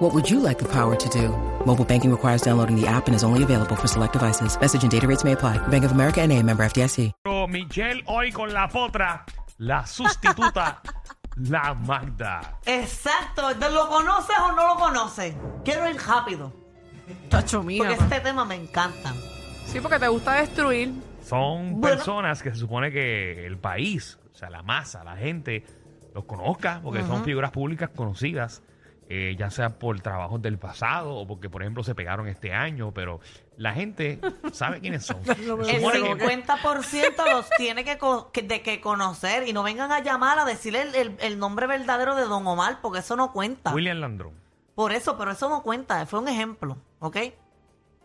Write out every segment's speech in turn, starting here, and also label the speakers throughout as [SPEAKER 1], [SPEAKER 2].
[SPEAKER 1] What would you like the power to do? Mobile banking requires downloading the app and is only available for select devices. Message and data rates may apply. Bank of America and a member FDIC.
[SPEAKER 2] Pero Michelle hoy con la potra, la sustituta, la Magda.
[SPEAKER 3] Exacto, ¿De ¿lo conoces o no lo conoces? Quiero ir rápido,
[SPEAKER 4] Tacho, mira.
[SPEAKER 3] porque este tema me encanta.
[SPEAKER 4] Sí, porque te gusta destruir.
[SPEAKER 2] Son
[SPEAKER 3] Bueno.
[SPEAKER 2] personas que se supone que el país, o sea, la masa, la gente, los conozca, porque son figuras públicas conocidas, eh, ya sea por trabajos del pasado o porque, por ejemplo, se pegaron este año, pero la gente sabe quiénes son. Se
[SPEAKER 3] El
[SPEAKER 2] supone que-
[SPEAKER 3] 50% los tiene que, co- que- de que conocer y no vengan a llamar a decirle el, el- el nombre verdadero de Don Omar, porque eso no cuenta.
[SPEAKER 2] William Landrón.
[SPEAKER 3] Por eso, pero eso no cuenta, fue un ejemplo, ¿ok?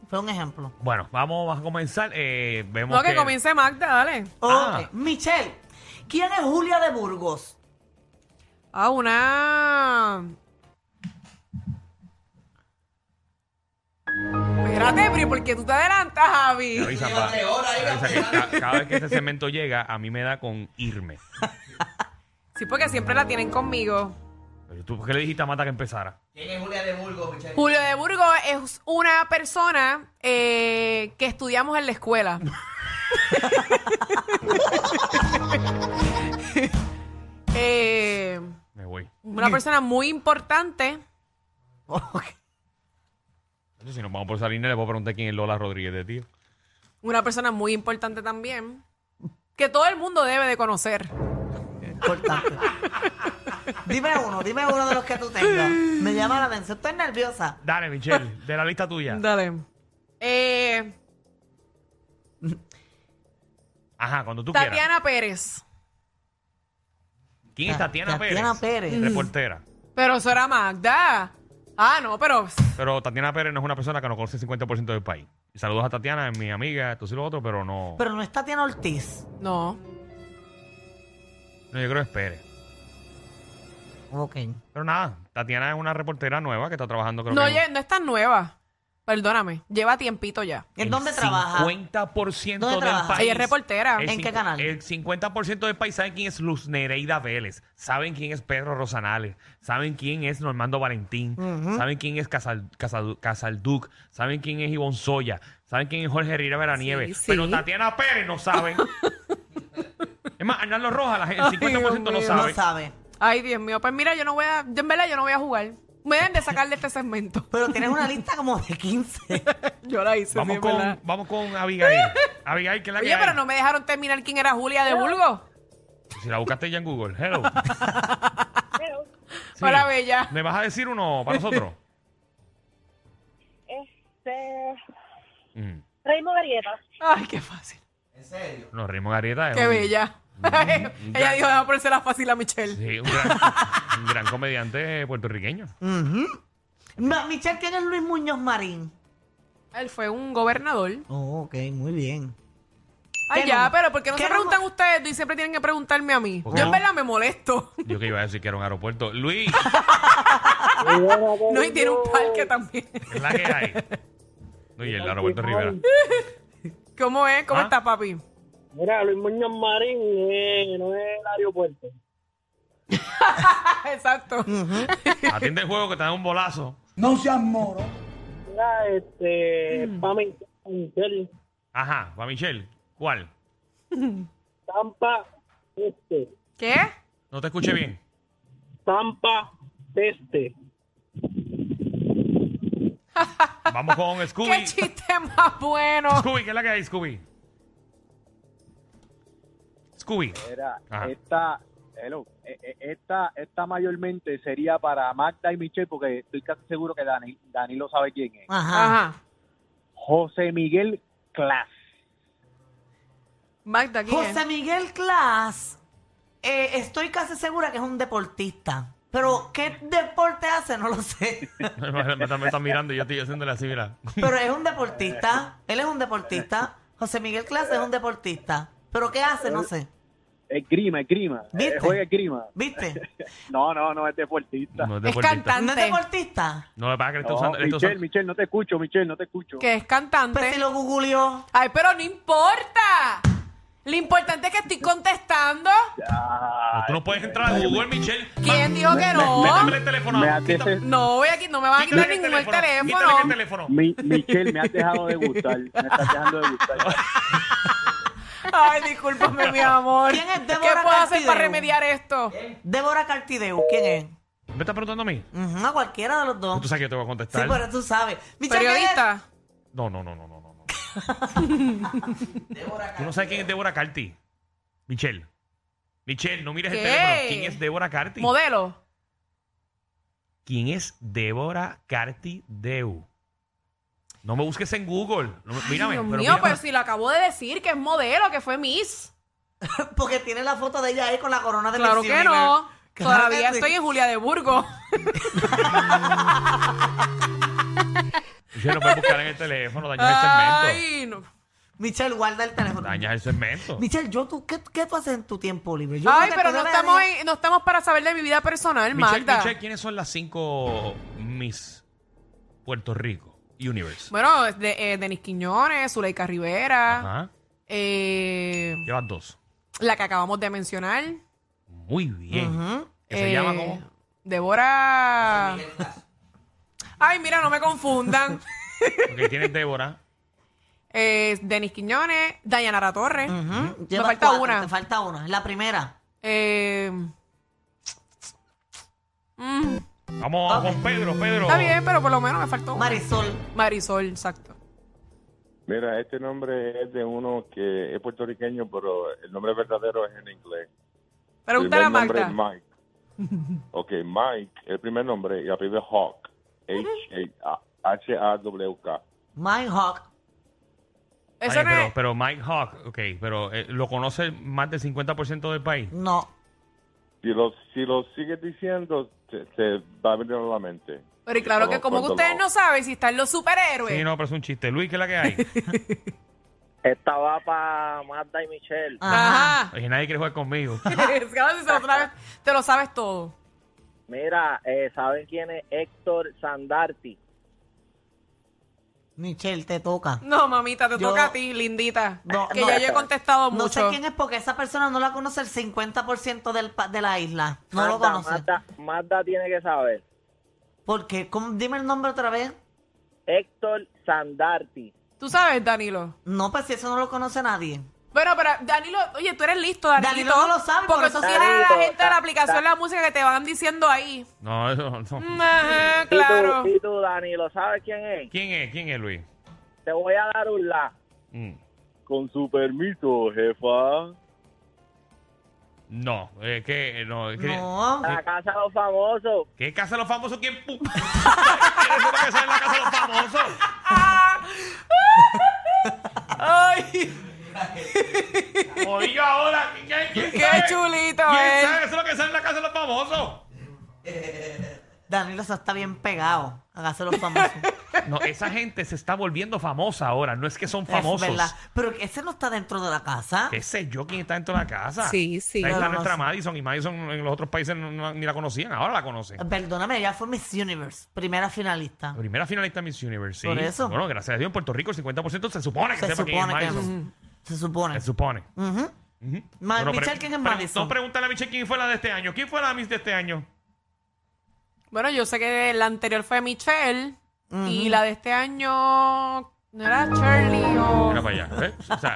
[SPEAKER 3] Fue un ejemplo.
[SPEAKER 2] Bueno, vamos a comenzar. eh, vemos
[SPEAKER 4] No, que comience Magda, dale.
[SPEAKER 3] Ok,
[SPEAKER 2] Ah.
[SPEAKER 3] Michelle, ¿quién es Julia de Burgos?
[SPEAKER 4] Ah, una. Espérate, Pri, porque tú te adelantas,
[SPEAKER 2] Me
[SPEAKER 4] Javi.
[SPEAKER 2] avisan, pa- me avisan que ca- cada vez que ese cemento llega, a mí me da con irme.
[SPEAKER 4] Sí, porque siempre la tienen conmigo.
[SPEAKER 2] Pero ¿Tú por qué le dijiste a Mata que empezara?
[SPEAKER 4] Julio de Burgos es una persona eh, que estudiamos en la escuela. Eh,
[SPEAKER 2] Me voy.
[SPEAKER 4] una persona muy importante.
[SPEAKER 3] Ok.
[SPEAKER 2] Entonces, si nos vamos por esa línea, le puedo preguntar quién es Lola Rodríguez de tío.
[SPEAKER 4] Una persona muy importante también. Que todo el mundo debe de conocer.
[SPEAKER 3] Importante. dime uno, dime uno de los que tú tengas. Me llama la atención, estoy nerviosa.
[SPEAKER 2] Dale, Michelle, de la lista tuya.
[SPEAKER 4] Dale. Eh,
[SPEAKER 2] Ajá, cuando tú quieras.
[SPEAKER 4] Tatiana Pérez.
[SPEAKER 2] ¿Quién es Tatiana,
[SPEAKER 3] Tatiana
[SPEAKER 2] Pérez?
[SPEAKER 3] Pérez.
[SPEAKER 2] Reportera.
[SPEAKER 4] Pero eso era Magda. Ah, no, pero.
[SPEAKER 2] Pero Tatiana Pérez no es una persona que no conoce el 50% del país. Y Saludos a Tatiana, mi amiga, esto sí lo otro, pero no.
[SPEAKER 3] Pero no es Tatiana Ortiz.
[SPEAKER 4] No.
[SPEAKER 2] No, yo creo que es Pérez.
[SPEAKER 3] Ok.
[SPEAKER 2] Pero nada, Tatiana es una reportera nueva que está trabajando, creo
[SPEAKER 4] No,
[SPEAKER 2] que.
[SPEAKER 4] lle- no es tan nueva. Perdóname. Lleva tiempito ya.
[SPEAKER 3] ¿En dónde trabaja?
[SPEAKER 2] 50%
[SPEAKER 3] ¿Dónde
[SPEAKER 2] del
[SPEAKER 3] trabaja?
[SPEAKER 2] país.
[SPEAKER 4] Ella es reportera.
[SPEAKER 2] El
[SPEAKER 3] ¿En qué
[SPEAKER 2] cincu-
[SPEAKER 3] canal?
[SPEAKER 2] El 50% del país saben quién es Luz Nereida Vélez, saben quién es Pedro Rosanales, saben quién es Normando Valentín, saben quién es Casal, Casal- Casalduc, saben quién es Ivonne Soya, saben quién es Jorge Rivera Nieves,
[SPEAKER 4] sí.
[SPEAKER 2] pero Tatiana Pérez no saben. es más, Arnaldo Rojas, la gen- el 50% no
[SPEAKER 4] Dios
[SPEAKER 2] sabe.
[SPEAKER 3] No sabe.
[SPEAKER 4] Ay, Dios mío. Pues mira, yo no voy a. Yo en verdad, yo no voy a jugar. Me deben de sacar de este segmento.
[SPEAKER 3] Pero tienes una lista como de 15.
[SPEAKER 4] Yo la hice. sí,
[SPEAKER 2] Vamos,
[SPEAKER 4] en
[SPEAKER 2] con,
[SPEAKER 4] verdad.
[SPEAKER 2] vamos con Abigail. Abigail, que es la que
[SPEAKER 4] Oye,
[SPEAKER 2] hay.
[SPEAKER 4] pero no me dejaron terminar quién era Julia de Burgos.
[SPEAKER 2] Si la buscaste ya en Google, hello. Sí.
[SPEAKER 4] Hola, bella.
[SPEAKER 2] ¿Me vas a decir uno para nosotros?
[SPEAKER 5] Este.
[SPEAKER 2] Mm.
[SPEAKER 5] Raymond Varieta.
[SPEAKER 4] Ay, qué fácil.
[SPEAKER 2] No, Rimo Garieta es
[SPEAKER 4] Qué
[SPEAKER 2] un-
[SPEAKER 4] bella. Ella dijo, déjame ponérsela fácil a Michelle.
[SPEAKER 2] Sí, un gran, un gran comediante puertorriqueño.
[SPEAKER 3] Ma- Michelle, ¿quién es Luis Muñoz Marín?
[SPEAKER 4] Él fue un gobernador.
[SPEAKER 3] Oh, ok, muy bien.
[SPEAKER 4] Ay,
[SPEAKER 3] ¿Qué
[SPEAKER 4] ya,
[SPEAKER 3] nombre?
[SPEAKER 4] pero ¿por qué no
[SPEAKER 3] ¿Qué
[SPEAKER 4] se preguntan
[SPEAKER 3] nombre?
[SPEAKER 4] ustedes dos y siempre tienen que preguntarme a mí?
[SPEAKER 2] Porque
[SPEAKER 4] Yo
[SPEAKER 2] no.
[SPEAKER 4] en verdad me molesto.
[SPEAKER 2] Yo que iba a decir que era un aeropuerto. Luis,
[SPEAKER 4] No, y tiene un parque también.
[SPEAKER 2] es la que hay. Luis, el aeropuerto Rivera.
[SPEAKER 4] ¿Cómo es? ¿Cómo
[SPEAKER 2] ¿Ah?
[SPEAKER 4] está, papi?
[SPEAKER 5] Mira, Luis Muñoz Marín eh, no es el aeropuerto.
[SPEAKER 4] Exacto.
[SPEAKER 2] Atiende el juego que te da un bolazo.
[SPEAKER 6] No seas moro.
[SPEAKER 5] Mira, este. Pamela Michelle,
[SPEAKER 2] Ajá, va Michelle. ¿Cuál?
[SPEAKER 5] Tampa Este.
[SPEAKER 4] ¿Qué?
[SPEAKER 2] No te escuché bien.
[SPEAKER 5] Tampa Este.
[SPEAKER 2] Vamos con
[SPEAKER 4] ¿Qué
[SPEAKER 2] Scooby.
[SPEAKER 4] chiste más bueno?
[SPEAKER 2] Scooby, ¿qué es la que hay, Scooby? Scooby.
[SPEAKER 7] Era,
[SPEAKER 2] Ajá.
[SPEAKER 7] esta, hello, e- e- esta, esta mayormente sería para Magda y Michelle, porque estoy casi seguro que Dani, Danilo sabe quién es.
[SPEAKER 3] Ajá.
[SPEAKER 4] Ajá.
[SPEAKER 7] José Miguel Clas.
[SPEAKER 4] Magda, ¿quién es?
[SPEAKER 3] José Miguel Clas, eh, estoy casi segura que es un deportista. Pero qué deporte hace, no lo sé.
[SPEAKER 2] me, están- me están mirando y yo estoy haciéndole así, mira.
[SPEAKER 3] Pero es un deportista. Él es un deportista. José Miguel Clas es un deportista. ¿Pero qué hace? No sé.
[SPEAKER 7] Es grima, es grima. Eh,
[SPEAKER 3] ¿Viste?
[SPEAKER 7] Juega es grima.
[SPEAKER 3] ¿Viste?
[SPEAKER 7] No, no, no, es deportista.
[SPEAKER 2] No es
[SPEAKER 4] Es
[SPEAKER 2] deportista.
[SPEAKER 4] cantante.
[SPEAKER 3] ¿No es deportista?
[SPEAKER 2] No, lo que pasa es que le está
[SPEAKER 7] No,
[SPEAKER 2] usando. le está
[SPEAKER 7] Michelle,
[SPEAKER 2] usando-
[SPEAKER 7] Michelle, no te escucho, Michelle, no te escucho.
[SPEAKER 4] Que es cantante.
[SPEAKER 3] Pues si lo googleó.
[SPEAKER 4] Ay, pero no importa. Lo importante es que estoy contestando.
[SPEAKER 7] Ya,
[SPEAKER 2] Tú no puedes entrar a Google, Michelle.
[SPEAKER 4] ¿Quién dijo que no?
[SPEAKER 2] Méteme el teléfono.
[SPEAKER 7] Me hace-
[SPEAKER 2] Quita-
[SPEAKER 4] No voy aquí, no me van a quitar
[SPEAKER 2] quítale
[SPEAKER 4] ningún Ah, el
[SPEAKER 2] Quítale el
[SPEAKER 4] teléfono.
[SPEAKER 2] teléfono.
[SPEAKER 7] Mi- Michelle, me has dejado de gustar. Me estás dejando de gustar.
[SPEAKER 4] Ay, discúlpame, mi amor.
[SPEAKER 3] ¿Quién es
[SPEAKER 4] ¿Qué
[SPEAKER 3] Débora
[SPEAKER 4] puedo hacer
[SPEAKER 3] Cantideo?
[SPEAKER 4] para remediar esto?
[SPEAKER 3] Débora Cartideu, ¿quién es?
[SPEAKER 2] ¿Me estás preguntando a mí?
[SPEAKER 3] Ujú, a cualquiera de los dos.
[SPEAKER 2] Tú sabes que yo te voy a
[SPEAKER 3] Sí,
[SPEAKER 2] contestar.
[SPEAKER 3] pero tú sabes. Michelle, ¿quién es?
[SPEAKER 4] Periodista.
[SPEAKER 2] No, no, no, no, no, no. no. Tú no sabes quién es Débora Carty. Michelle. Michelle, no mires el
[SPEAKER 4] ¿Qué?
[SPEAKER 2] teléfono. ¿Quién es Débora Carty?
[SPEAKER 4] Modelo.
[SPEAKER 2] ¿Quién es Débora Carty Deu? No me busques en Google. No me- mírame. pero
[SPEAKER 4] Dios mío, pues.
[SPEAKER 2] mírame.
[SPEAKER 4] pero si lo acabo de decir que es modelo, que fue Miss.
[SPEAKER 3] Porque tiene la foto de ella ahí con la corona de
[SPEAKER 4] Claro
[SPEAKER 3] Miss
[SPEAKER 4] que
[SPEAKER 3] Universe.
[SPEAKER 4] no.
[SPEAKER 3] Claro
[SPEAKER 4] Todavía
[SPEAKER 3] que sí.
[SPEAKER 4] estoy en Julia de Burgos.
[SPEAKER 2] Michelle, no puedes buscar en el teléfono. Dañas el segmento.
[SPEAKER 4] Ay, no.
[SPEAKER 3] Michelle, guarda el teléfono.
[SPEAKER 2] Dañas el segmento.
[SPEAKER 3] Michelle, yo, tú, ¿qué, qué tú haces en tu tiempo libre? Yo
[SPEAKER 4] Ay,
[SPEAKER 3] te
[SPEAKER 4] pero no
[SPEAKER 3] acuerdas
[SPEAKER 4] estamos,
[SPEAKER 3] de-
[SPEAKER 4] en- no estamos para saber de mi vida personal,
[SPEAKER 2] Michelle,
[SPEAKER 4] Magda.
[SPEAKER 2] Michelle, ¿quiénes son las cinco Miss Puerto Rico Universe?
[SPEAKER 4] Bueno, de, eh, Denis Quiñones, Zuleika Rivera,
[SPEAKER 2] Ajá.
[SPEAKER 4] eh,
[SPEAKER 2] Llevas dos.
[SPEAKER 4] la que acabamos de mencionar.
[SPEAKER 2] Muy bien.
[SPEAKER 3] Ujú.
[SPEAKER 2] Que se
[SPEAKER 4] eh,
[SPEAKER 2] llama como.
[SPEAKER 4] Débora. Ay, mira, no me confundan.
[SPEAKER 2] Porque tienes Débora.
[SPEAKER 4] eh, Denis Quiñones, Dayanara Torres.
[SPEAKER 3] Ujú. Llevas
[SPEAKER 4] falta
[SPEAKER 3] cuatro,
[SPEAKER 4] una.
[SPEAKER 3] Te falta una. La primera.
[SPEAKER 4] eh, mm,
[SPEAKER 2] Vamos con Pedro, Pedro.
[SPEAKER 4] está bien, pero por lo menos me faltó una.
[SPEAKER 3] Marisol.
[SPEAKER 4] Marisol, exacto.
[SPEAKER 6] Mira, este nombre es de uno que es puertorriqueño, pero el nombre verdadero es en inglés.
[SPEAKER 4] Pregúntale a
[SPEAKER 6] el primer
[SPEAKER 4] Magda.
[SPEAKER 6] nombre es Mike. ok, Mike, el primer nombre y apellido es Hawk. H-A-W-K.
[SPEAKER 3] My Hawk.
[SPEAKER 4] Eso
[SPEAKER 2] Ay,
[SPEAKER 4] no
[SPEAKER 2] pero,
[SPEAKER 4] es-
[SPEAKER 2] pero Mike Hawk, ok, pero eh, lo conoce más del 50% del país.
[SPEAKER 3] No.
[SPEAKER 6] Si lo, si lo sigues diciendo, se, se va a venir a la mente.
[SPEAKER 4] Pero y claro que
[SPEAKER 6] Cuando-
[SPEAKER 4] como que
[SPEAKER 6] cuando
[SPEAKER 4] ustedes
[SPEAKER 6] lo-
[SPEAKER 4] no saben si están los superhéroes.
[SPEAKER 2] Sí, no, pero es un chiste. Luis, ¿qué es la que hay?
[SPEAKER 5] Esta va para Magda y Michelle.
[SPEAKER 3] Ajá.
[SPEAKER 4] Ajá.
[SPEAKER 2] Oye, nadie quiere jugar conmigo.
[SPEAKER 4] Claro, si se lo sabes, te lo sabes todo.
[SPEAKER 5] Mira, eh, ¿saben quién es Héctor Sandarti?
[SPEAKER 3] Michelle, te toca.
[SPEAKER 4] No, mamita, te
[SPEAKER 3] Yo-
[SPEAKER 4] toca a ti, lindita.
[SPEAKER 3] No,
[SPEAKER 4] que
[SPEAKER 3] no.
[SPEAKER 4] ya yo he contestado
[SPEAKER 3] No sé
[SPEAKER 4] mucho.
[SPEAKER 3] quién es porque esa persona no la conoce el 50% del, pa- de la isla. No lo
[SPEAKER 5] Magda,
[SPEAKER 3] conoce.
[SPEAKER 5] Magda, Magda tiene que saber.
[SPEAKER 3] ¿Por qué? ¿Cómo? Dime el nombre otra vez.
[SPEAKER 5] Héctor Sandarti.
[SPEAKER 4] Tú sabes, Danilo.
[SPEAKER 3] No, pues si eso no lo conoce nadie.
[SPEAKER 4] Bueno, pero Danilo, oye, tú eres listo, Danilo.
[SPEAKER 3] Danilo no lo sabe, por
[SPEAKER 4] Porque
[SPEAKER 3] eso
[SPEAKER 4] tú
[SPEAKER 3] sí.
[SPEAKER 4] tienes a la
[SPEAKER 5] Danilo,
[SPEAKER 4] gente de la
[SPEAKER 5] da-
[SPEAKER 4] aplicación la música que te van diciendo ahí.
[SPEAKER 2] No, eso no.
[SPEAKER 4] Mm, Ajá,
[SPEAKER 5] Y tú-
[SPEAKER 4] claro.
[SPEAKER 5] Y tú, Danilo, ¿sabes quién es?
[SPEAKER 2] ¿Quién es? ¿Quién es Luis?
[SPEAKER 5] Te voy a dar un la.
[SPEAKER 2] Mm.
[SPEAKER 6] Con su permiso, jefa.
[SPEAKER 2] No, eh, que eh, no, es que-
[SPEAKER 3] No.
[SPEAKER 5] La casa de los famosos.
[SPEAKER 2] ¿Qué casa de los famosos? ¿Quién pu- ¿Quién es eso que sale en la casa de los famosos?
[SPEAKER 4] Ay,
[SPEAKER 2] Oiga, ahora, ¿quién, quién
[SPEAKER 4] Qué eh.
[SPEAKER 2] sabe?
[SPEAKER 4] chulito
[SPEAKER 2] ¿Quién
[SPEAKER 4] es.
[SPEAKER 2] sabe eso es lo que sale en la casa de los famosos?
[SPEAKER 3] Danilo, eso está bien pegado. Hágase los famosos.
[SPEAKER 2] No, esa gente se está volviendo famosa ahora, no es que son famosos.
[SPEAKER 3] Es verdad. Pero ese no está dentro de la casa.
[SPEAKER 2] ¿Qué sé yo quién está dentro de la casa?
[SPEAKER 4] Sí, sí.
[SPEAKER 2] Ahí está
[SPEAKER 3] No, no
[SPEAKER 2] nuestra
[SPEAKER 3] sé.
[SPEAKER 2] Madison y Madison en los otros países no- no- ni la conocían, ahora la conocen.
[SPEAKER 3] Perdóname, ella fue Miss Universe, primera finalista.
[SPEAKER 2] La primera finalista Miss Universe. sí.
[SPEAKER 3] Por eso.
[SPEAKER 2] Bueno, gracias a Dios en Puerto Rico el 50% se supone que
[SPEAKER 3] Se
[SPEAKER 2] sepa
[SPEAKER 3] supone
[SPEAKER 2] quién es
[SPEAKER 3] que
[SPEAKER 2] Madison.
[SPEAKER 3] se supone.
[SPEAKER 2] Se supone.
[SPEAKER 3] Ujú.
[SPEAKER 2] Ujú.
[SPEAKER 3] Ma-
[SPEAKER 2] Pero
[SPEAKER 3] Michelle,
[SPEAKER 2] pre-
[SPEAKER 3] ¿quién es
[SPEAKER 2] pre-
[SPEAKER 3] Madison?
[SPEAKER 2] No pregúntale a Michelle quién fue la de este año. ¿Quién fue la Miss de este año?
[SPEAKER 4] Bueno, yo sé que la anterior fue Michelle y la de este año no era Shirley o...
[SPEAKER 2] Mira para allá. ¿ves? O sea,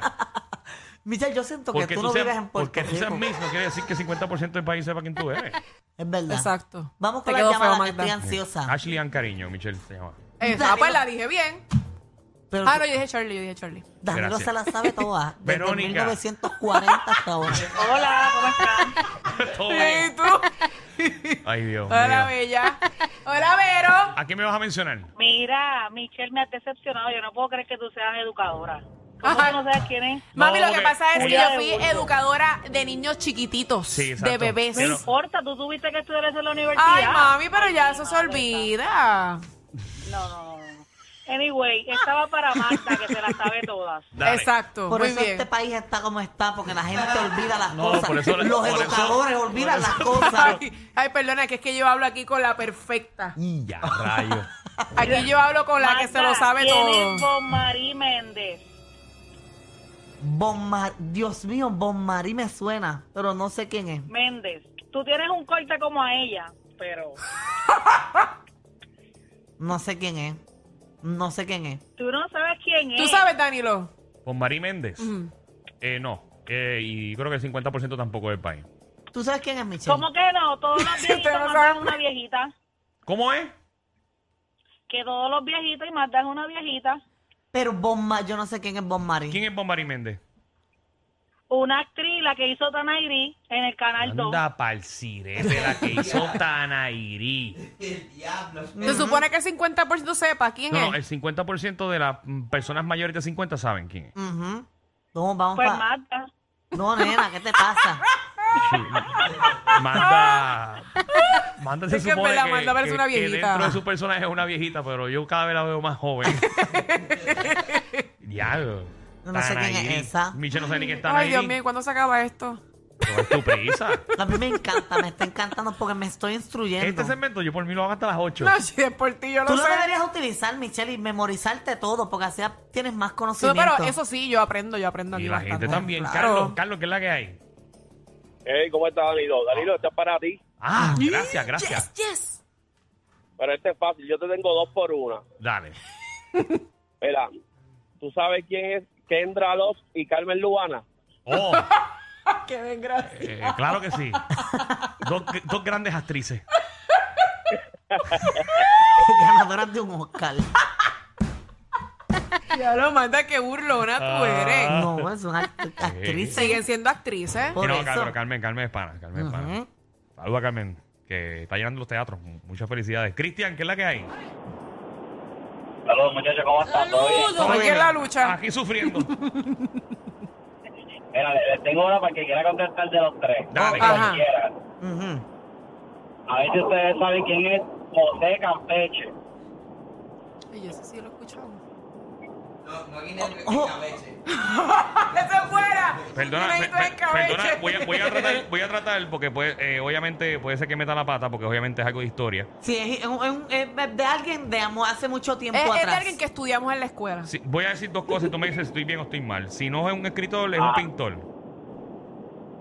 [SPEAKER 3] Michelle, yo siento que
[SPEAKER 2] porque
[SPEAKER 3] tú no
[SPEAKER 2] seas-
[SPEAKER 3] vives en Puerto
[SPEAKER 2] porque tú seas
[SPEAKER 3] Rico.
[SPEAKER 2] Miss no quiere decir que 50% del país sepa quién tú eres.
[SPEAKER 3] Es verdad.
[SPEAKER 4] Exacto.
[SPEAKER 3] Vamos
[SPEAKER 4] Te
[SPEAKER 3] con la
[SPEAKER 4] quedó feo,
[SPEAKER 3] llamada que
[SPEAKER 4] Magda.
[SPEAKER 3] estoy ansiosa.
[SPEAKER 2] Ashley Ann Cariño, Michelle se llama.
[SPEAKER 4] Eh,
[SPEAKER 3] Danilo-
[SPEAKER 4] ah, pues la dije bien.
[SPEAKER 3] Pero
[SPEAKER 4] Ah, no, yo dije Shirley, yo dije Shirley.
[SPEAKER 3] Danilo
[SPEAKER 2] Gracias.
[SPEAKER 3] se la sabe toda. Desde
[SPEAKER 2] Verónica.
[SPEAKER 3] 1940 hasta ahora.
[SPEAKER 5] Hola, ¿cómo están?
[SPEAKER 2] Todo
[SPEAKER 4] Sí,
[SPEAKER 2] bien.
[SPEAKER 4] tú.
[SPEAKER 2] Ay, Dios mío.
[SPEAKER 4] Hola, Bella. Hola, Vero.
[SPEAKER 2] ¿A quién me vas a mencionar?
[SPEAKER 8] Mira, Michelle, me has decepcionado. Yo no puedo creer que tú seas educadora. ¿Cómo
[SPEAKER 4] Ajá.
[SPEAKER 8] tú no sabes quién es?
[SPEAKER 2] No,
[SPEAKER 4] Mami, lo que
[SPEAKER 2] porque-
[SPEAKER 4] pasa es que
[SPEAKER 8] Julia
[SPEAKER 4] yo
[SPEAKER 8] de
[SPEAKER 4] fui
[SPEAKER 8] Burgos.
[SPEAKER 4] educadora de niños chiquititos,
[SPEAKER 2] Sí, exacto.
[SPEAKER 4] de bebés.
[SPEAKER 8] No
[SPEAKER 2] Pero-
[SPEAKER 8] importa, tú tuviste que estudiar eso en la universidad.
[SPEAKER 4] Ay, mami, pero ya
[SPEAKER 8] Ay,
[SPEAKER 4] eso se
[SPEAKER 8] madre,
[SPEAKER 4] olvida.
[SPEAKER 8] está- No, no, no. no. Anyway, estaba para Marta, que se la sabe todas.
[SPEAKER 2] Dale.
[SPEAKER 4] Exacto,
[SPEAKER 3] Por
[SPEAKER 4] muy
[SPEAKER 3] eso
[SPEAKER 4] bien.
[SPEAKER 3] este país está como está, porque la gente olvida las
[SPEAKER 2] No,
[SPEAKER 3] cosas.
[SPEAKER 2] por eso-
[SPEAKER 3] Los
[SPEAKER 2] por eso-
[SPEAKER 3] educadores
[SPEAKER 2] por
[SPEAKER 3] olvidan
[SPEAKER 2] eso-
[SPEAKER 3] las cosas.
[SPEAKER 4] Ay, ay, perdona, que es que yo hablo aquí con la perfecta.
[SPEAKER 2] Y ya, rayo.
[SPEAKER 4] Aquí yo hablo con la que se lo
[SPEAKER 8] Marta,
[SPEAKER 4] sabe
[SPEAKER 8] ¿quién
[SPEAKER 4] todo.
[SPEAKER 8] es Bon Marie Méndez?
[SPEAKER 3] Bon Mar- Dios mío, Bon Marí me suena, pero no sé quién es.
[SPEAKER 8] Méndez. Tú tienes un corte como a ella, pero
[SPEAKER 3] No sé quién es. No sé quién es.
[SPEAKER 8] tú no sabes quién es.
[SPEAKER 4] ¿Tú sabes, Danilo?
[SPEAKER 2] Con Mari Méndez.
[SPEAKER 4] Ujú.
[SPEAKER 2] Eh, no. Eh, y creo que el 50% tampoco del país.
[SPEAKER 3] ¿Tú sabes quién es, Michelle?
[SPEAKER 8] ¿Cómo que no? Todos los
[SPEAKER 4] Ustedes
[SPEAKER 8] viejitos
[SPEAKER 4] no
[SPEAKER 8] mandan
[SPEAKER 4] saben.
[SPEAKER 8] una viejita.
[SPEAKER 2] ¿Cómo es?
[SPEAKER 8] Que todos los viejitos y mandan una viejita.
[SPEAKER 3] Pero Bon Ma- yo no sé quién es Bon Marí.
[SPEAKER 2] ¿Quién es Bon Mari Méndez?
[SPEAKER 8] Una actriz, la que hizo Tanairi en el Canal 2.
[SPEAKER 2] Anda pa'l cirete, la que hizo Tanairí.
[SPEAKER 4] Se supone que el 50% sepa quién
[SPEAKER 2] No, no,
[SPEAKER 4] es.
[SPEAKER 2] el 50% de las mm, personas mayores de 50 saben quién es.
[SPEAKER 3] Ujú. No, vamos
[SPEAKER 8] Pues
[SPEAKER 3] pa-
[SPEAKER 8] Marta.
[SPEAKER 3] No, nena, ¿qué te pasa?
[SPEAKER 2] Manda. Manda se
[SPEAKER 4] Es que es
[SPEAKER 2] supone
[SPEAKER 4] verdad,
[SPEAKER 2] que,
[SPEAKER 4] Magda parece
[SPEAKER 2] que-
[SPEAKER 4] una
[SPEAKER 2] que
[SPEAKER 4] viejita.
[SPEAKER 2] dentro de su personaje es una viejita, pero yo cada vez la veo más joven. Diablo.
[SPEAKER 3] Yo no sé quién es
[SPEAKER 2] Tanairí.
[SPEAKER 3] esa.
[SPEAKER 2] Michelle no sabe ni quién está
[SPEAKER 4] Ay,
[SPEAKER 2] ahí.
[SPEAKER 4] Dios mío, ¿y ¿cuándo se acaba esto?
[SPEAKER 2] es tu prisa?
[SPEAKER 3] A mí me encanta, me está encantando porque me estoy instruyendo.
[SPEAKER 2] Este segmento yo por mí lo hago hasta las 8.
[SPEAKER 4] No, si es por ti, yo
[SPEAKER 3] Tú
[SPEAKER 4] lo
[SPEAKER 3] lo
[SPEAKER 4] sé.
[SPEAKER 3] deberías utilizar, Michelle, y memorizarte todo, porque así tienes más
[SPEAKER 4] No,
[SPEAKER 3] conocimiento.
[SPEAKER 4] pero eso sí, yo aprendo, yo aprendo aquí
[SPEAKER 2] y la gente
[SPEAKER 4] bastante.
[SPEAKER 2] también.
[SPEAKER 4] Claro.
[SPEAKER 2] Carlos, Carlos, ¿qué es la que hay?
[SPEAKER 7] Hey, ¿Cómo estás, Danilo? Danilo, está para ti.
[SPEAKER 2] Ah, gracias, gracias.
[SPEAKER 7] Pero este es fácil. Yo te tengo dos por una.
[SPEAKER 2] Dale.
[SPEAKER 7] Mira, ¿tú sabes quién es Kendra Love y Carmen Lubana?
[SPEAKER 2] Oh,
[SPEAKER 4] Que den gracias.
[SPEAKER 2] eh, claro que sí. Dos, dos grandes actrices.
[SPEAKER 3] Ganadoras de un Oscar.
[SPEAKER 4] Ya lo manda, que burlona
[SPEAKER 2] Ah.
[SPEAKER 4] tú eres.
[SPEAKER 3] No, es una act- actriz.
[SPEAKER 4] Siguen siendo actrices.
[SPEAKER 3] Por
[SPEAKER 2] Y no,
[SPEAKER 3] eso.
[SPEAKER 2] Carmen, Carmen, Carmen es pana. Carmen es pana.
[SPEAKER 3] Ujú.
[SPEAKER 2] Saludos a Carmen, que está llenando los teatros. M- Muchas felicidades. Cristian, ¿qué es la que hay?
[SPEAKER 5] Saludos, muchachos, ¿cómo están? ¿Todo bien?
[SPEAKER 2] pues,
[SPEAKER 4] Aquí en la lucha.
[SPEAKER 2] Aquí sufriendo.
[SPEAKER 5] Mira, les les tengo una para que quiera contestar de los tres.
[SPEAKER 2] Dale.
[SPEAKER 4] Oh, Ajá.
[SPEAKER 5] Cualquiera.
[SPEAKER 3] Ujú.
[SPEAKER 5] A ver si ustedes saben quién es José Campeche.
[SPEAKER 2] pues.
[SPEAKER 4] Ay, eso sí lo he escuchado.
[SPEAKER 3] Ojo,
[SPEAKER 4] ¡Eso fuera!
[SPEAKER 2] Perdona,
[SPEAKER 4] Yo necesito
[SPEAKER 2] per- per-
[SPEAKER 4] escabeche.
[SPEAKER 2] perdona, voy a, voy a tratar, voy a tratar porque puede- eh, obviamente puede ser que meta la pata porque obviamente es algo de historia.
[SPEAKER 3] sí, es, es un- es un- es de alguien de amo- hace mucho tiempo
[SPEAKER 4] Es, es
[SPEAKER 3] atrás.
[SPEAKER 4] de alguien que estudiamos en la escuela.
[SPEAKER 2] Sí, voy a decir dos cosas y tú me dices si estoy bien o estoy mal. Si no es un escritor, es un pintor.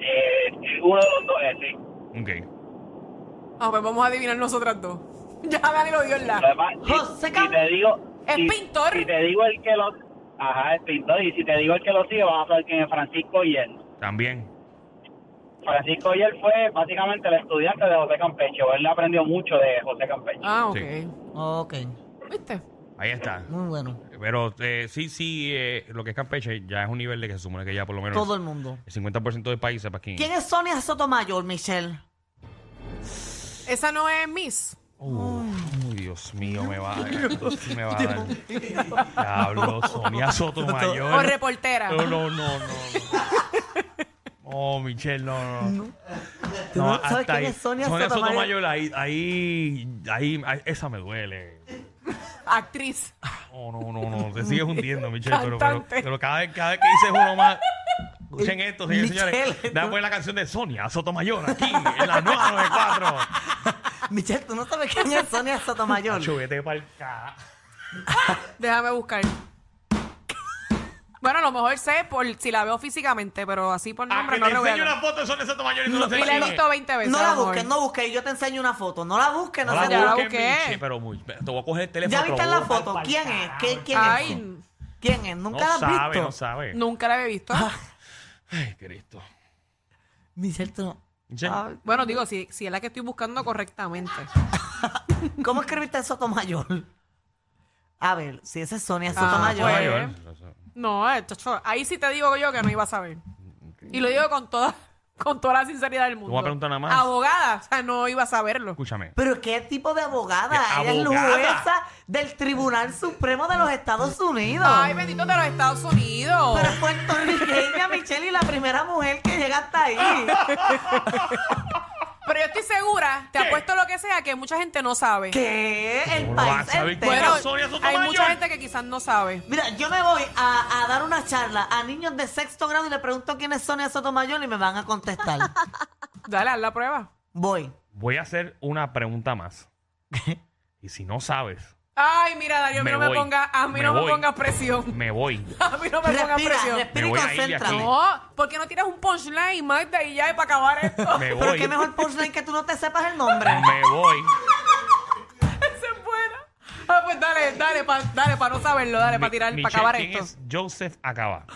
[SPEAKER 5] Eh, uno de los dos es, sí.
[SPEAKER 2] Ok.
[SPEAKER 4] Ah, pues vamos a adivinar nosotras dos. Ya Dani lo dio en la.
[SPEAKER 5] Además, si-
[SPEAKER 3] José
[SPEAKER 5] si,
[SPEAKER 3] Cam-
[SPEAKER 5] te digo...
[SPEAKER 4] Es
[SPEAKER 5] si-
[SPEAKER 4] pintor.
[SPEAKER 5] Si te digo el que lo... Ajá, es pintor. Y si te digo el que lo sigue, vas a saber quién es Francisco Yer.
[SPEAKER 2] También.
[SPEAKER 5] Francisco Yer fue básicamente el estudiante de José Campeche. o Él aprendió mucho de José Campeche.
[SPEAKER 4] Ah, ok.
[SPEAKER 2] Sí.
[SPEAKER 3] Ok,
[SPEAKER 4] ¿Viste?
[SPEAKER 2] Ahí está.
[SPEAKER 3] muy bueno.
[SPEAKER 2] Pero eh, sí, sí, eh, lo que es Campeche ya es un nivel de que se supone que ya por lo menos
[SPEAKER 3] Todo el mundo.
[SPEAKER 2] el 50% del país sepa quién.
[SPEAKER 3] ¿Quién es Sonia Sotomayor, Michelle?
[SPEAKER 4] Esa no es Miss.
[SPEAKER 2] Uh, Uy, Dios mío, me va a dar. Me va a dar. Diablo, Sonia Sotomayor.
[SPEAKER 4] O reportera.
[SPEAKER 2] No, no, no, no. no. Oh, Michelle, no, no. No,
[SPEAKER 3] ¿Tú no sabes
[SPEAKER 2] hasta
[SPEAKER 3] quién
[SPEAKER 2] ahí.
[SPEAKER 3] es Sonia
[SPEAKER 2] Sotomayor, ahí, ahí, ahí, ahí- esa me duele.
[SPEAKER 4] Actriz.
[SPEAKER 2] Oh, no, no, no, te sigues hundiendo, Michelle, pero, pero,
[SPEAKER 4] Cantante.
[SPEAKER 2] pero cada, vez, cada vez que dices uno más, escuchen esto, señores,
[SPEAKER 3] Michelle,
[SPEAKER 2] señores,
[SPEAKER 3] tú-
[SPEAKER 2] déjame poner la canción de Sonia Sotomayor aquí, en la 994.
[SPEAKER 3] Michelle, ¿tú no sabes quién es Sonia Sotomayor?
[SPEAKER 2] Nacho, vete pa'l ca-
[SPEAKER 4] Déjame buscar. Bueno, a lo mejor sé por si la veo físicamente, pero así por
[SPEAKER 2] Ah,
[SPEAKER 4] nombre
[SPEAKER 2] que
[SPEAKER 4] no
[SPEAKER 2] te
[SPEAKER 4] la voy a
[SPEAKER 2] enseño
[SPEAKER 4] ver.
[SPEAKER 2] una foto de Sonia Sotomayor y tú no,
[SPEAKER 4] Y
[SPEAKER 2] sabes
[SPEAKER 4] la he
[SPEAKER 2] quién es.
[SPEAKER 4] visto 20 veces.
[SPEAKER 3] No
[SPEAKER 4] a lo
[SPEAKER 3] la
[SPEAKER 4] mejor.
[SPEAKER 3] busques, no busques. Yo te enseño una foto. No la busques, no,
[SPEAKER 2] No
[SPEAKER 3] sé
[SPEAKER 4] ya
[SPEAKER 2] la
[SPEAKER 4] la
[SPEAKER 2] busques,
[SPEAKER 4] busqué.
[SPEAKER 2] Michi, pero muy, te voy a coger el teléfono.
[SPEAKER 3] Ya
[SPEAKER 2] te lo
[SPEAKER 3] viste
[SPEAKER 2] voy a
[SPEAKER 3] la
[SPEAKER 2] botar
[SPEAKER 3] foto.
[SPEAKER 2] pa'l
[SPEAKER 3] ¿Quién es?
[SPEAKER 2] carajo.
[SPEAKER 3] ¿Qué- ¿Quién
[SPEAKER 4] Ay,
[SPEAKER 3] es? ¿Quién es?
[SPEAKER 2] No
[SPEAKER 3] ¿Nunca la has
[SPEAKER 2] sabe,
[SPEAKER 3] visto?
[SPEAKER 2] no sabe.
[SPEAKER 4] nunca la he visto.
[SPEAKER 3] Ah.
[SPEAKER 2] Ay, Cristo.
[SPEAKER 3] Michelle, tú no-
[SPEAKER 2] Michelle,
[SPEAKER 3] Ay,
[SPEAKER 4] Bueno, digo, si, si es la que estoy buscando correctamente.
[SPEAKER 3] ¿Cómo escribiste Sotomayor? A ver, si ese es Sonia
[SPEAKER 4] Ah,
[SPEAKER 3] Sotomayor.
[SPEAKER 4] pues. No, eh, chacho, ahí sí te digo yo que no iba a saber. Y lo digo con toda, con toda la sinceridad del mundo.
[SPEAKER 2] voy a preguntar nada más.
[SPEAKER 4] Abogada, o sea, no iba a saberlo.
[SPEAKER 2] Escúchame.
[SPEAKER 3] Pero qué tipo de abogada.
[SPEAKER 2] ¿Qué
[SPEAKER 3] Ella es
[SPEAKER 2] abogada?
[SPEAKER 3] jueza del Tribunal Supremo de los Estados Unidos.
[SPEAKER 4] Ay, bendito de los Estados Unidos.
[SPEAKER 3] Mm. Pero es puertorriqueña, Michelle, y la primera mujer que llega hasta ahí.
[SPEAKER 4] Pero yo estoy segura, te apuesto lo que sea, que mucha gente no sabe.
[SPEAKER 3] ¿Qué? El
[SPEAKER 2] ¿Cómo lo
[SPEAKER 3] país
[SPEAKER 2] vas a saber?
[SPEAKER 3] entero.
[SPEAKER 4] Bueno,
[SPEAKER 2] Sonia Sotomayor.
[SPEAKER 4] hay mucha gente que quizás no sabe.
[SPEAKER 3] Mira, yo me voy a, a dar una charla a niños de sexto grado y le pregunto quién es Sonia Sotomayor y me van a contestar.
[SPEAKER 4] Dale, haz la prueba.
[SPEAKER 3] voy.
[SPEAKER 2] Voy a hacer una pregunta más. y si no sabes,
[SPEAKER 4] Ay, mira, Darío, a
[SPEAKER 2] Me
[SPEAKER 4] mí no me
[SPEAKER 2] voy.
[SPEAKER 4] ponga, a mí
[SPEAKER 2] Me
[SPEAKER 4] no me
[SPEAKER 2] voy.
[SPEAKER 4] pongas presión.
[SPEAKER 2] me voy.
[SPEAKER 4] A mí no me pongas
[SPEAKER 3] Respira,
[SPEAKER 4] presión.
[SPEAKER 3] respira
[SPEAKER 2] Me
[SPEAKER 3] y
[SPEAKER 2] voy a ir de aquí.
[SPEAKER 3] concéntrate.
[SPEAKER 4] No, ¿por qué no tiras un punchline, Magda, y ya, para acabar esto?
[SPEAKER 2] Me
[SPEAKER 3] Pero
[SPEAKER 2] voy.
[SPEAKER 3] qué mejor punchline que tú no te sepas el nombre.
[SPEAKER 2] Me voy.
[SPEAKER 4] Se fuera. Ah, pues dale, dale, pa- dale, para no saberlo, dale, para tirar,
[SPEAKER 2] Mi-
[SPEAKER 4] para acabar
[SPEAKER 2] Michelle,
[SPEAKER 4] esto.
[SPEAKER 2] ¿quién es Joseph Acaba.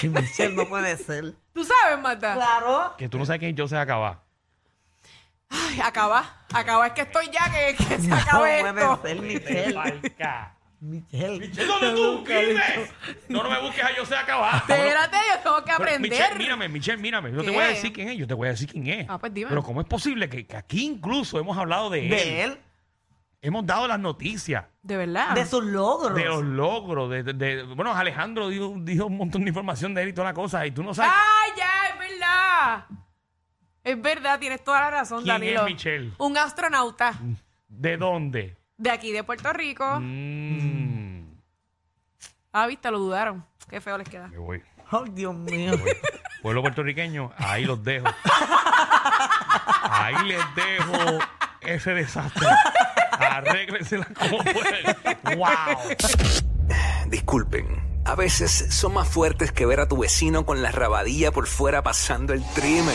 [SPEAKER 3] Que Michelle no puede ser.
[SPEAKER 4] ¿Tú sabes, Magda?
[SPEAKER 3] Claro.
[SPEAKER 2] Que tú no sabes quién es Joseph Acaba.
[SPEAKER 4] Ay, acaba, acaba, es que estoy ya que, que se acabe
[SPEAKER 3] no
[SPEAKER 4] esto.
[SPEAKER 3] puede ser, Michelle.
[SPEAKER 2] Falca.
[SPEAKER 3] Michelle.
[SPEAKER 2] ¿Dónde tú vives? No, no me busques a Joseph Acaba.
[SPEAKER 4] Espérate, yo tengo que aprender.
[SPEAKER 2] Michelle, mírame, Michelle, mírame. Yo
[SPEAKER 4] ¿Qué?
[SPEAKER 2] te voy a decir quién es, yo te voy a decir quién es.
[SPEAKER 4] Ah, pues dime.
[SPEAKER 2] Pero ¿cómo es posible que, que aquí incluso hemos hablado de,
[SPEAKER 3] De
[SPEAKER 2] él?
[SPEAKER 3] él,
[SPEAKER 2] Hemos dado las noticias
[SPEAKER 4] De verdad.
[SPEAKER 3] de sus logros.
[SPEAKER 2] de los logros. De, de- de- bueno, Alejandro dijo, dijo un montón de información de él y toda la cosa. Y tú no sabes
[SPEAKER 4] ¡Ah, ya! Es verdad. Es verdad, tienes toda la razón,
[SPEAKER 2] quién
[SPEAKER 4] Danilo.
[SPEAKER 2] es Michelle.
[SPEAKER 4] Un astronauta
[SPEAKER 2] ¿De dónde?
[SPEAKER 4] de aquí, de Puerto Rico.
[SPEAKER 2] Mm,
[SPEAKER 4] Ah, viste, lo dudaron. Qué feo les queda.
[SPEAKER 2] me voy.
[SPEAKER 3] Ay, Dios mío.
[SPEAKER 2] Pueblo puertorriqueño, ahí los dejo. Ahí les dejo ese desastre. Arréglensela como pueden. ¡Wow!
[SPEAKER 9] Disculpen, a veces son más fuertes que ver a tu vecino con la rabadilla por fuera pasando el trimen.